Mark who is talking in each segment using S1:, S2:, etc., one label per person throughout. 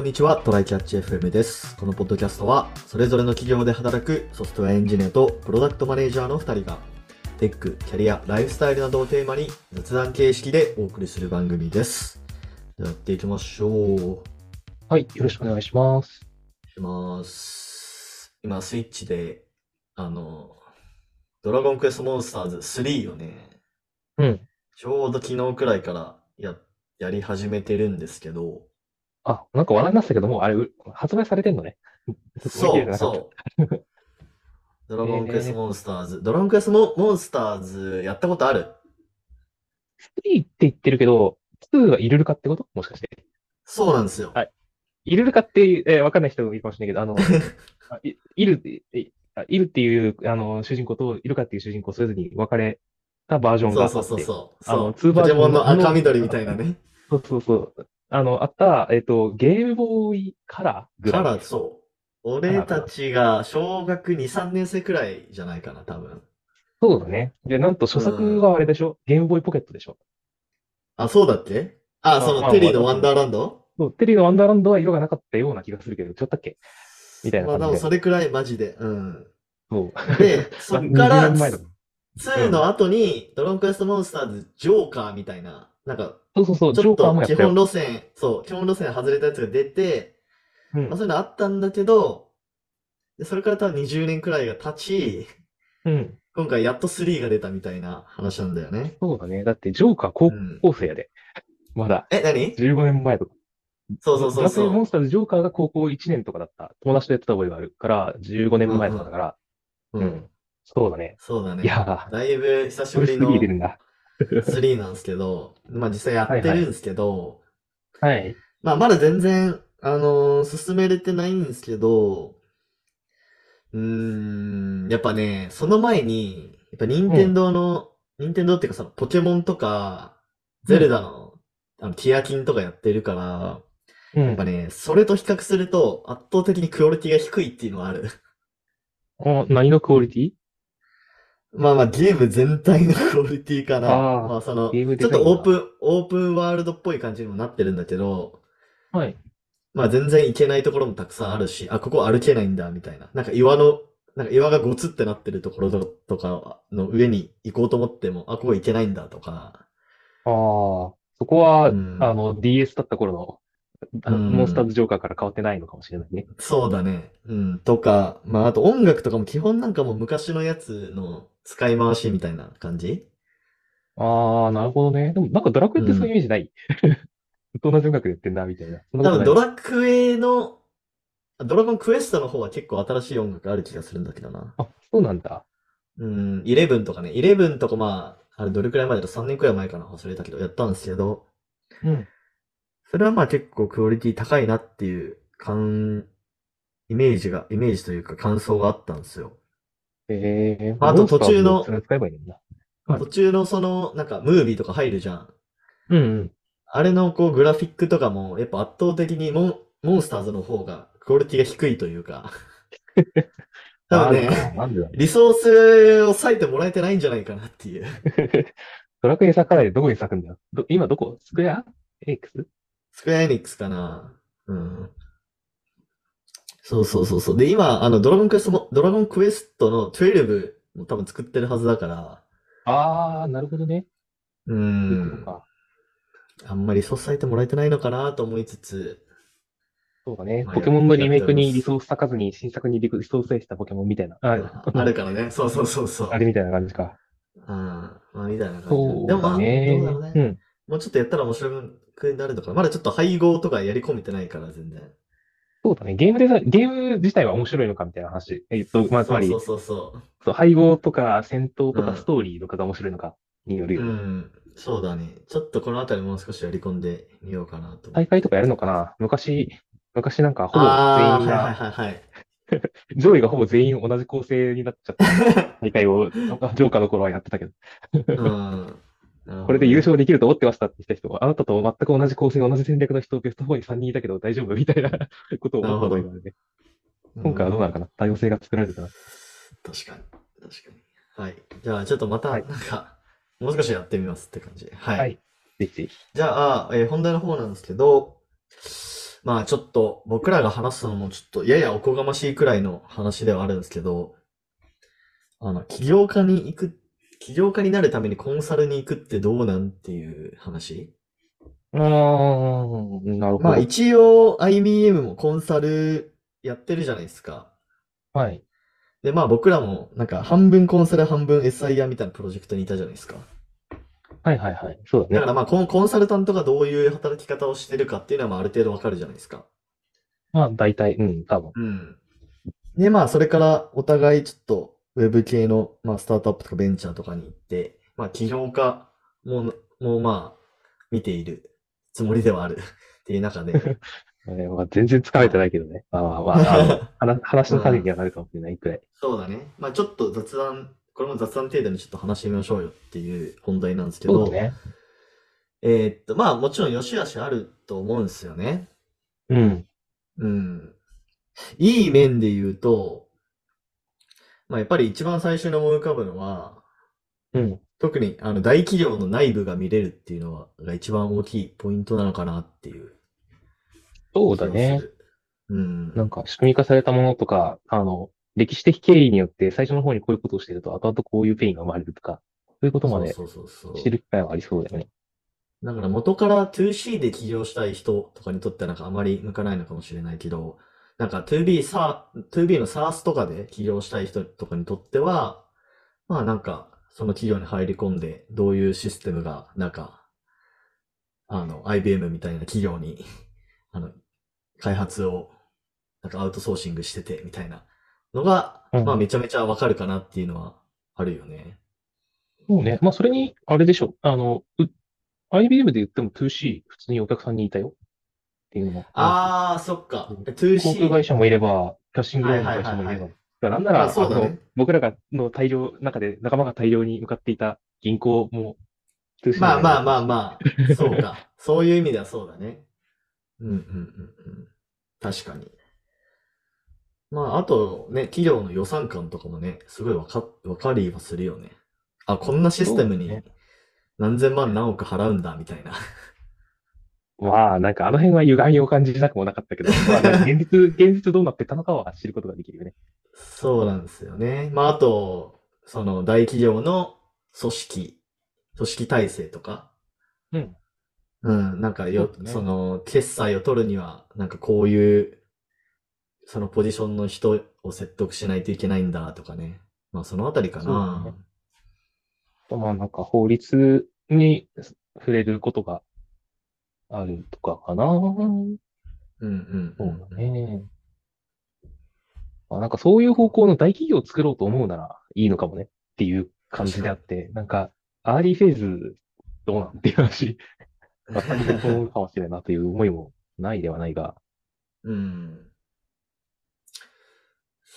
S1: んにちは、トライキャッチ FM です。このポッドキャストは、それぞれの企業で働くソフトウェアエンジニアとプロダクトマネージャーの2人が、テック、キャリア、ライフスタイルなどをテーマに雑談形式でお送りする番組です。ではやっていきましょう。い
S2: はい、よろしくお願いします。
S1: きます。今、スイッチで、あの、ドラゴンクエストモンスターズ3をね、
S2: うん。
S1: ちょうど昨日くらいからや、やり始めてるんですけど、
S2: あ、なんか話題になってたけど、もうあれ、う発売されてんのね。
S1: そう、そう。ドラゴンクエストモンスターズ。ドラゴンクエストモモンスターズ、やったことある
S2: う。3って言ってるけど、2はイルルカってこともしかして。
S1: そうなんですよ。
S2: はいイルルカって、えーわかんない人もいるかもしれないけ ど、あの、あいイル、いあイルっていう、あの、主人公と、イルカっていう主人公、それぞれに分かれたバージョンが
S1: そ
S2: あ
S1: う
S2: っ
S1: そうそ
S2: て。
S1: うそう。そ
S2: あの
S1: う。
S2: ツーバ
S1: ポケ
S2: ージョン
S1: モン
S2: の
S1: の赤緑みたいなね。
S2: そうそうそうあの、あった、えっと、ゲームボーイカラーぐら
S1: か
S2: い。
S1: ら、そう。俺たちが小学2、3年生くらいじゃないかな、多分。
S2: そうだね。で、なんと、初作があれでしょゲームボーイポケットでしょ
S1: あ、そうだっけあ、
S2: あ
S1: そ
S2: ま
S1: の
S2: あ
S1: テリーの
S2: まあ
S1: ワンダーランド
S2: そう、テリーのワンダーランドは色がなかったような気がするけど、違ったっけみたいな
S1: まあ
S2: 感
S1: で
S2: じで
S1: もそれくらいマジで。うん。
S2: そう。
S1: で、そっか
S2: 20
S1: ら
S2: 年前だもん
S1: 2の後に、ドラゴンクエストモンスターズ、ジョーカーみたいな、なんか、
S2: そうそうそう、
S1: ち
S2: ジ
S1: ょ
S2: ョ
S1: っ
S2: ーカー
S1: と
S2: もや
S1: 基
S2: った
S1: 本
S2: よ。
S1: 路線、そう、基本路線外れたやつが出て、
S2: うん
S1: まあ、そういうのあったんだけど、でそれから多分20年くらいが経ち、
S2: うん。
S1: 今回やっと3が出たみたいな話なんだよね。
S2: そうだね。だって、ジョーカー高
S1: うん、
S2: 校生やで。まだ、
S1: え、何
S2: 15年前とか。
S1: そうそうそう
S2: ドラクエモ
S1: そ
S2: ンスターズジョーカーが高校1年とかだった。友達とやってた覚えがあるから、15年前とかだから。
S1: う。う。
S2: うんん。そうだね。
S1: そうだ
S2: いや
S1: ね。
S2: ー、
S1: だいぶ久し
S2: そ
S1: ぶ
S2: れ
S1: り
S2: す
S1: の
S2: ぎてるんだ。
S1: 3なんですけど、まあ実際やってるんですけど、
S2: はい。
S1: まあまだ全然、あのー進めれてないんですけど、うーん、やっぱね、その前に、やっぱ任天堂の、任天堂っていうかさ、ポケモンとか、ゼルダの、あの、ティアキンとかやってるから、
S2: う
S1: やっ
S2: ん
S1: ぱ。ね、それと比較すると圧倒的にクオリティが低いっていうのはある。
S2: お何のクオリティ
S1: まあまあゲーム全体のクオリティかな。
S2: あー
S1: まあその、
S2: ゲーム
S1: ちょ
S2: で
S1: っ
S2: かい
S1: とオ
S2: な
S1: ープン、オープンワールドっぽい感じにもなってるんだけど、
S2: はい。
S1: まあ全然行けないところもたくさんあるし、あ、ここ歩けないんだ、みたいな。なんか岩の、なんか岩がゴツってなってるところととかの上に行こうと思っても、あ、ここ行けないんだとか。
S2: ああ、そこは、あ
S1: うん
S2: の、DS だった頃の、あの
S1: うん
S2: モンスターズジョーカーから変わってないのかもしれないね。
S1: そうだね。うん。とか、まああと音楽とかも基本なんかもう昔のやつの使い回しみたいな感じ
S2: ああ、なるほどね。でもなんかドラクエってそういうイメージない。 ずっと同じ音楽でやってんな、みたいな。そん
S1: 多
S2: なこ
S1: 分
S2: と
S1: ド
S2: ない。
S1: ラクエの、あドラゴンクエストの方は結構新しい音楽ある気がするんだけどな。
S2: あ、そうなんだ。
S1: うん、11とかね。11とかまあ、あれどれくらい前だろう ?3 年くらい前かな忘れたけど、やったんですけど。
S2: うん。
S1: それはまあ結構クオリティ高いなっていう感、イメージが、イメージというか感想があったんですよ。
S2: ええ
S1: あと途中の
S2: モンスターズそれ使えばいいんだ。はい
S1: 途中のその、なんかムービーとか入るじゃん。
S2: うんうん。
S1: あれのこうグラフィックとかも、やっぱ圧倒的にモン、モンスターズの方がクオリティが低いという か。多分ね、
S2: あなんでだろう
S1: リソースを割いてもらえてないんじゃないかなっていう。
S2: ドラクエに咲かないでどこに咲くんだよ。ど今どこスクエアエイクス
S1: スクエアエニックスかな。うん。そうそうそうそう。で、今、あの、ドラゴンクエストも、ドラゴンクエストの12も多分作ってるはずだから、
S2: ああ、なるほどね。
S1: う
S2: そうんいうことか。
S1: あんまりリソース割いてもらえてないのかなと思いつつ、
S2: そうだね。
S1: まあ
S2: ポケモンのリメイク
S1: や
S2: に
S1: ってます
S2: リソース割かずに新作にリソース割いてたポケモンみたいな。あ
S1: ああるからね。そうそうそうそう。
S2: あれみたいな感じか。
S1: うん。まあ、みたいな感じ。
S2: そう
S1: でもまあ、
S2: だね。
S1: どうだろう
S2: う
S1: ね。
S2: ん。
S1: もうちょっとやったら面白くなるのかな。まだちょっと配合とかやり込めてないから、全然。
S2: そうだね。ゲームデザイン、ゲーム自体は面白いのかみたいな話。えっと、まあ、つまり
S1: そ、うそうそう
S2: そう、配合とか戦闘と
S1: うん
S2: かストーリーとかが面白いのかによる
S1: そう。
S2: よ
S1: う
S2: ね。
S1: ん。そうだね。ちょっとこのあたりもう少しやり込んでみようかなと。
S2: 大会とかやるのかな昔、昔なんかほぼ
S1: ああ、
S2: 全員
S1: はいはい
S2: が、
S1: はい はい。
S2: 上位がほぼ全員同じ構成になっちゃった 大会を、ジョーカーの頃はやってたけど、
S1: うん。なるほど
S2: これで優勝できると思ってましたって言った人は、あなたと全く同じ構成、同じ戦略の人、ベスト4に3人いたけど大丈夫みたいな ことを思った覚えがあるね。今回はどうなるかな多様性が作られるかな
S1: 確かに。確かに。はい。じゃあ、ちょっとまた、なん
S2: はい
S1: か、もう少しやってみますって感じ。はい。
S2: はいぜひぜひ。
S1: じゃあ、えー本題の方なんですけど、まあちょっと僕らが話すのもちょっとややおこがましいくらいの話ではあるんですけど、あの、起業家に行く、起業家になるためにコンサルに行くってどうなんっていう話。
S2: ああ、なるほ
S1: まあ
S2: ど。
S1: 一応 IBM もコンサルやってるじゃないですか。
S2: はい。
S1: で、まあ僕らもなんか半分コンサル半分 SIR みたいなプロジェクトにいたじゃないですか。
S2: はいはいはい。そうだ
S1: だ
S2: ね
S1: か。らまあコンコンサルタントがどういう働き方をしてるかっていうのはまあある程度わかるじゃないですか。
S2: まあ、大体、うん、多分。
S1: うん。で、まあ、それからお互いちょっと、ウェブ系の、まあ、スタートアップとかベンチャーとかに行って、まあ、起業家も、もうまあ、見ているつもりではあるっていう中で、
S2: えーまあ、全然つかめてないけどね。まあまあまあ、あの 話話の限りがなるかもしれないくらい。
S1: そうだね。まあ、ちょっと雑談、これも雑談程度にちょっと話してみましょうよっていう本題なんですけ
S2: そう
S1: ど、
S2: だね。
S1: えーっと、まあ、もちろん良し悪しあると思うんですよね。
S2: うん。
S1: うん。いい面で言うと、まあ、やっぱり一番最初に思い浮かぶのは、
S2: うん。
S1: 特にあの大企業の内部が見れるっていうのはが一番大きいポイントなのかなっていう
S2: そう
S1: 気
S2: だ
S1: がす
S2: ね。
S1: る。うん。
S2: なんか、仕組み化されたものとか、あの、歴史的経緯によって最初の方にこういうことをしてると、後々こういうペインが生まれるとか、そういうことまで
S1: そうそうそう
S2: 知
S1: そう。
S2: る機会はありそうだよね。
S1: だから元から 2C で起業したい人とかにとってはなんかあまり向かないのかもしれないけど、なんか 2B さ、2B の SaaS とかで起業したい人とかにとっては、まあなんかその企業に入り込んでどういうシステムがなんか、あの IBM みたいな企業に、 あの、開発をなんかアウトソーシングしててみたいなのが、
S2: うん
S1: まあめちゃめちゃわかるかなっていうのはあるよね。
S2: そうね。まあ、それに、あれでしょ。あの、う IBM で言っても 2C、普通にお客さんにいたよ。っていうのも。
S1: ああ、そっか。
S2: 航
S1: 2C。
S2: 空会社もいれば、キャッシングローンの会社もい
S1: はいはいはい
S2: れ
S1: はい
S2: ば。だからなんなら、
S1: あそうだね
S2: の、僕らが、の大量、中で、仲間が大量に向かっていた銀行も、
S1: まあまあまあ
S2: あ。
S1: ま あ、そうか。そういう意味ではそうだね。うんうんうんうん。確かに。まあ、あとね、企業の予算感とかもね、すごいわか、わかりはするよね。あ、こんなシステム
S2: そう
S1: に
S2: ね
S1: 何千万何億払うんだ、みたいな。
S2: まあ、なんかあの辺は歪みを感じなくもな かったけど、まあ、なんか現実、現実どうなってたのかは知ることができるよね。
S1: そうなんですよね。まあ、あと、その大企業の組織、組織体制とか、
S2: うん。
S1: うん、なんかよ
S2: そう、ね
S1: その、決済を取るには、なんかこういう、そのポジションの人を説得しないといけないんだとかね。まあ、そのあたりかな。
S2: そうだまあ、なんか法律に触れることがあるとかかな。
S1: うんうん
S2: そう
S1: う
S2: だ
S1: ん。
S2: ね。まあ、なんかそういう方向の大企業を作ろうと思うならいいのかもねっていう感じであって、なんか、アーリーフェーズどうなんっていう話、まあ、先でそうかもしれないなという思いもないではないが、
S1: うん。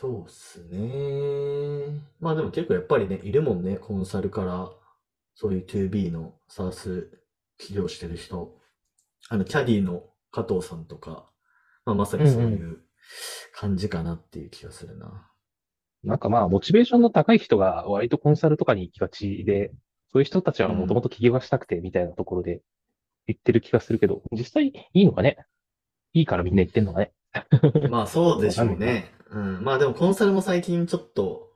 S1: そうっすね。まあでも結構やっぱりね、いるもんね。コンサルから、そういう 2B の SaaS 起業してる人。あの、キャディの加藤さんとか、まあまさにそう
S2: うんう
S1: いう感じかなっていう気がするな。
S2: なんかまあ、モチベーションの高い人が割とコンサルとかに行きがちで、そういう人たちはもともと起業がしたくてみたいなところで言ってる気がするけど、実際いいのかねいいからみんな言ってんのかね
S1: まあそうでしょう
S2: わかんな
S1: ね。うん。まあでもコンサルも最近ちょっと、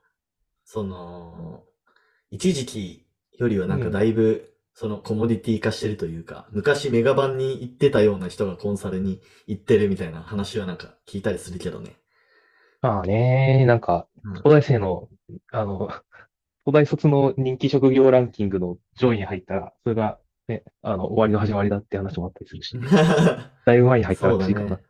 S1: その、一時期よりはなんかだいぶ、そのコモディティ化してるというか、昔メガバンに行ってたような人がコンサルに行ってるみたいな話はなんか聞いたりするけど ね。
S2: まあね、なんか
S1: うん、
S2: 東大生の、あの、 東大卒の人気職業ランキングの上位に入ったら、それが、ね、あの、終わりの始まりだって話もあったりするし、だいぶ前に入ったら
S1: そうだ
S2: しいかな
S1: ね。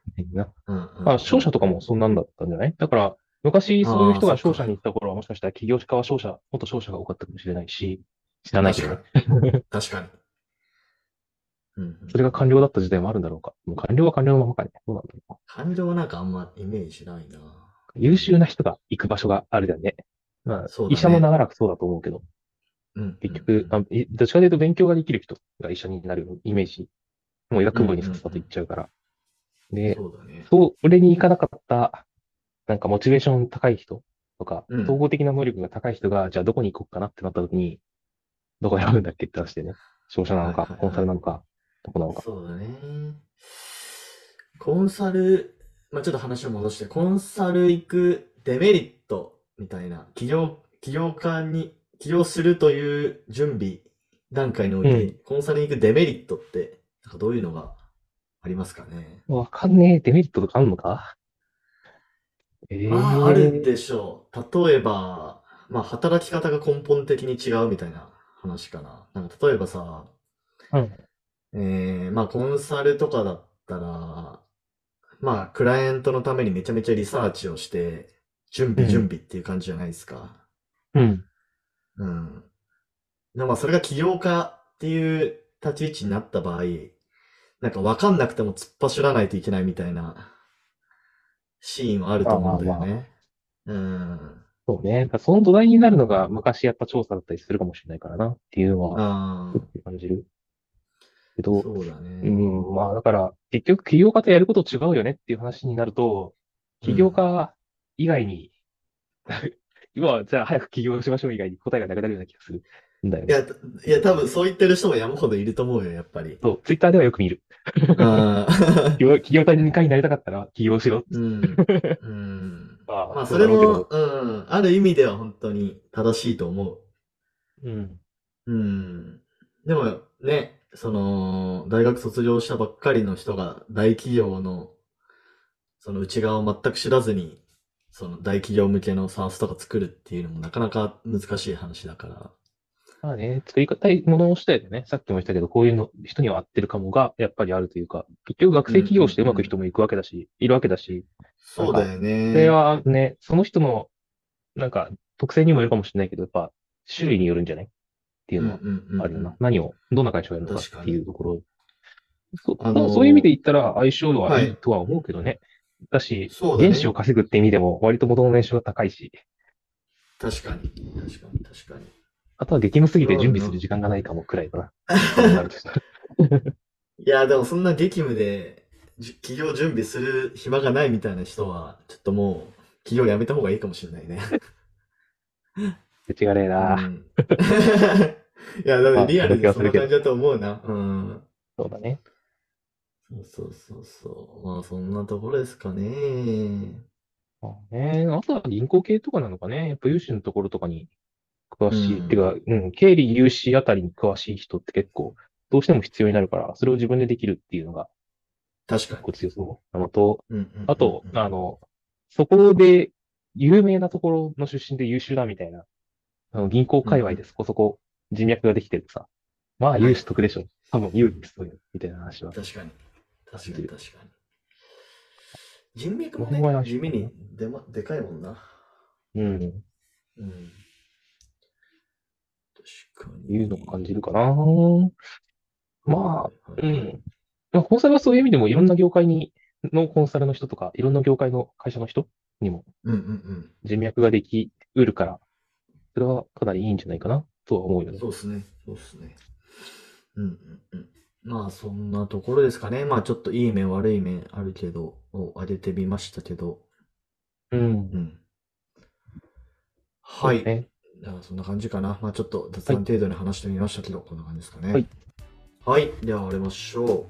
S1: うんうんうん
S2: まあ、商社とかもそんなんだったんじゃないだから、昔そういう人
S1: あー
S2: が
S1: そっ
S2: 商
S1: か
S2: 社に行った頃は、もしかしたら起業家は商社、元商社が多かったかもしれないし、知らないけどね、
S1: 確かに。確かに。うんうん
S2: それが官僚だった時代もあるんだろうか。もう官僚は官僚のままかね。どうなんだろう。
S1: 感情はなんかあんまイメージないな。
S2: 優秀な人が行く場所があるじゃんね。まあ、
S1: そうだね
S2: 医者も長らくそうだと思うけど。
S1: うんうんうん
S2: 結局、あいどっちかというと勉強ができる人が医者になるイメージ、もう医学部にさっさと行っちゃうから。で、
S1: そうだね。
S2: そう、俺に行かなかった、なんかモチベーション高い人とか
S1: うん、
S2: 総合的な能力が高い人が、じゃあどこに行こうかなってなった時に、どこ選ぶんだっけって話でね。商社なの
S1: はいはい
S2: か
S1: は、い
S2: コンサルなのか、どこなのか。
S1: そうだね。コンサル、まあ、ちょっと話を戻して、コンサル行くデメリットみたいな、起業、起業家に、起業するという準備段階において、
S2: う
S1: コンサルに行くデメリットって、なんかどういうのがありますかね。
S2: わかんねえ。デメリットとかあんのかええ
S1: まあ、あるでしょう。例えば、まあ、働き方が根本的に違うみたいな話かな。なんか例えばさ、
S2: うん
S1: えー、まあ、コンサルとかだったら、まあ、クライアントのためにめちゃめちゃリサーチをして、準備
S2: うん
S1: 準備っていう感じじゃないですか。
S2: うん。
S1: うん。でもまあ、それが起業家っていう立ち位置になった場合、なんか分かんなくても突っ走らないといけないみたいなシーンはあると思うんだよね。うん。
S2: そうね。だからその土台になるのが昔やった調査だったりするかもしれないからなっていうのは
S1: ああ、
S2: 感じる。けど、
S1: そうだ
S2: う
S1: ね。
S2: ん、まあだから、結局起業家とやること違うよねっていう話になると、起業家以外に、 今はじゃあ早く起業しましょう以外に答えがなくなるような気がするんだよ
S1: い
S2: ね。
S1: や、いや、多分そう言ってる人も山ほどいると思うよ、やっぱ り。
S2: そう、ツイッターではよく見る。
S1: ああ
S2: 起業起業家になりたかったら起業しろ。
S1: うん。 うん。
S2: ま
S1: まあ、そ
S2: そ
S1: うれ
S2: だろうけ
S1: も、うん、ある意味では本当に正しいと思う。
S2: ど。うん。
S1: うん。でもね、その、大学卒業したばっかりの人が大企業の、その内側を全く知らずに、その大企業向けのサースとか作るっていうのもなかなか難しい話だから。
S2: まあね、作り方、ものをしたいよね。さっきも言ったけど、こういうの人には合ってるかもが、やっぱりあるというか、結局学生起業してうまくいく人もいくわけだし、いるわけだし、
S1: そうだよね。
S2: それはね、その人の、なんか、特性にもよるかもしれないけど、やっぱ、種類によるんじゃないっていううんの
S1: う
S2: は
S1: んうん
S2: あるよな。何を、どんな会社をやるのか
S1: 確か
S2: っ
S1: に
S2: ていうところ。そ
S1: あのー
S2: そういう意味で言ったら相性は
S1: はい
S2: いいとは思うけどね。だし、
S1: そうだ
S2: 原
S1: ね。
S2: 資を稼ぐって意味でも割と元の年収が高いし、
S1: 確かに。確かに、確かに。
S2: あとは激務すぎて準備する時間がないかもくらいか な。そうなるとしたら
S1: いや、でもそんな激務で、じ起業準備する暇がないみたいな人は、ちょっともう、起業やめた方がいいかもしれないね。
S2: 違うねえな、
S1: うん いや、だってリアルでそんな感じだと思うな。うん。
S2: そうだね。
S1: そうそうそうそう。まあ、そんなところですかね。
S2: そうねあとは銀行系とかなのかね。やっぱ融資のところとかに詳しい。
S1: うん
S2: てか、うん、経理融資あたりに詳しい人って結構、どうしても必要になるから、それを自分でできるっていうのが
S1: 確か
S2: 結構強そうなのと、
S1: に。うんうん
S2: あと
S1: う、んうん
S2: あの、そこで、有名なところの出身で優秀だみたいな、あの銀行界隈でそこそこ人脈ができてるとさ、まあ、融資得でしょ。多分、融資得よ。みたいな話は。
S1: 確かに。確かに、確かに。人脈も
S2: この前の
S1: ね、
S2: 話
S1: 地味にで,、ま、でかいもんな。
S2: うん。
S1: うん。確かに。
S2: いうのを感じる
S1: か。
S2: かな。ま
S1: あ、
S2: う。ん。まあ、コンサルはそういう意味でも、いろんな業界に、のコンサルの人とか、いろんな業界の会社の人にも
S1: うんうんうん。
S2: 人脈ができうるから、それはかなりいいんじゃないかな、とは思うよね。
S1: そうですね。そうですね。うんうんうん。まあそんなところですかね。まあちょっといい面悪い面あるけど、を挙げてみましたけど。
S2: うん。
S1: うん。はい。
S2: ね。
S1: じゃあそんな感じかな。まあちょっと雑談程度に話してみましたけど、こんな感じですかね。
S2: はい。
S1: はい。では終わりましょう。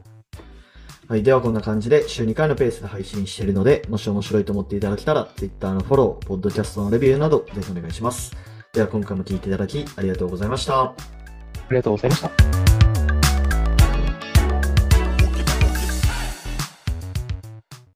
S1: はい。ではこんな感じで週2回のペースで配信しているので、もし面白いと思っていただけたら、Twitter のフォロー、ポッドキャストのレビューなど、ぜひお願いします。では今回も聞いていただきありがとうございました。
S2: ありがとうございました。